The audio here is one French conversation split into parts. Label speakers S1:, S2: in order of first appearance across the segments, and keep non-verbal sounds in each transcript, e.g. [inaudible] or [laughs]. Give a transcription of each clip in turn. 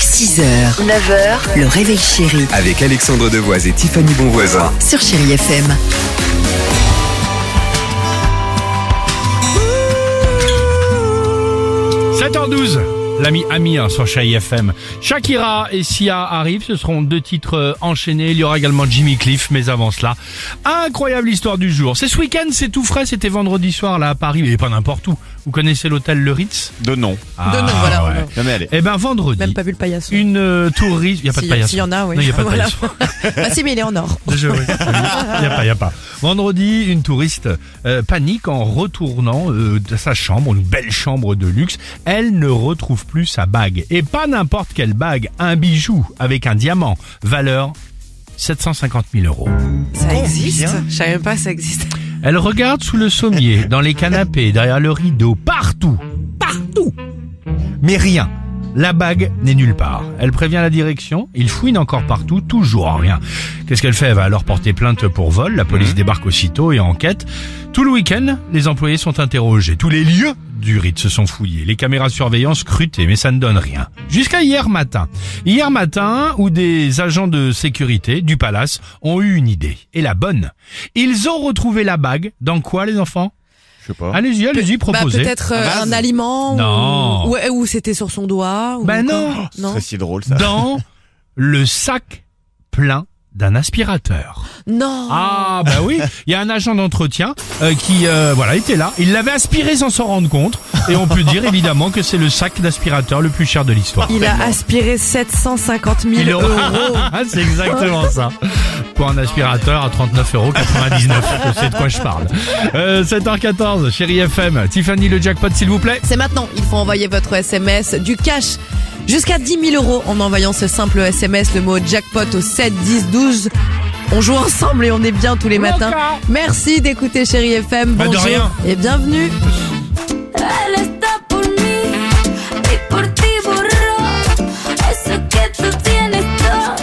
S1: 6h, 9h, le réveil chéri
S2: Avec Alexandre Devoise et Tiffany Bonvoisin.
S1: sur Chérie FM.
S3: Ouh. 7h12, l'ami Amir sur Chai FM. Shakira et Sia arrivent, ce seront deux titres euh, enchaînés. Il y aura également Jimmy Cliff, mais avant cela, incroyable histoire du jour. C'est ce week-end, c'est tout frais, c'était vendredi soir là à Paris, mais pas n'importe où. Vous connaissez l'hôtel Le Ritz
S4: De nom.
S3: ah,
S5: De nom, voilà.
S3: ouais.
S5: non.
S4: Jamais allé.
S3: Eh ben vendredi,
S5: Même pas vu le paillasson.
S3: une euh, touriste, il y a pas
S5: S'il
S3: de
S5: y a-
S3: paillasson.
S5: s'il y en a, oui.
S3: Non, il y a pas de
S5: [laughs] Voilà.
S3: paillasson.
S5: Ah si, mais il est en or.
S3: Déjà, oui. [laughs] Il y a pas, il y a pas. Vendredi, une touriste euh, panique en retournant euh, de sa chambre, une belle chambre de luxe. Elle ne retrouve plus sa bague. Et pas n'importe quelle bague, un bijou avec un diamant, valeur 750 000 euros.
S5: Ça existe Je savais même pas ça existe.
S3: Elle regarde sous le sommier, dans les canapés, derrière le rideau, partout, partout. Mais rien. La bague n'est nulle part. Elle prévient la direction, ils fouinent encore partout, toujours rien. Qu'est-ce qu'elle fait Elle va alors porter plainte pour vol, la police débarque aussitôt et enquête. Tout le week-end, les employés sont interrogés, tous les lieux du rite se sont fouillés, les caméras de surveillance scrutées, mais ça ne donne rien. Jusqu'à hier matin. Hier matin, où des agents de sécurité du palace ont eu une idée, et la bonne. Ils ont retrouvé la bague, dans quoi les enfants
S4: Je sais pas.
S3: Allez-y, allez-y,
S5: Bah
S3: proposez.
S5: peut-être euh,
S4: Vase.
S5: un aliment
S3: Non.
S5: ou, ouais, ou c'était sur son doigt ou
S3: Bah
S5: quoi.
S3: non.
S4: Ce
S5: Non.
S4: serait si drôle ça.
S3: dans le sac plein d'un aspirateur.
S5: Non.
S3: Ah bah oui, il y a un agent d'entretien euh, qui euh, voilà était là, il l'avait aspiré sans s'en rendre compte et on peut dire évidemment que c'est le sac d'aspirateur le plus cher de l'histoire.
S5: Il a aspiré 750 000
S3: Il [laughs]
S5: euros.
S3: aura- Ah, c'est exactement ça. Pour un aspirateur à 39,99 euros, je sais de quoi je parle. Euh, 7h14, chérie FM, Tiffany le jackpot s'il vous plaît.
S5: C'est maintenant. Il faut envoyer votre SMS du cash jusqu'à 10 000 euros en envoyant ce simple SMS, le mot jackpot au 7 10 12. On joue ensemble et on est bien tous les matins. Merci d'écouter Chérie FM.
S3: Bah, de
S5: Bonjour
S3: rien.
S5: et bienvenue.
S6: Él está por mí y por ti borró eso que tú tienes todo.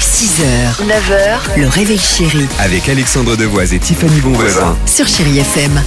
S1: 6h, 9h, le réveil chéri
S2: Avec Alexandre Devoise et Tiffany Bonvoisin.
S1: sur Chérie FM.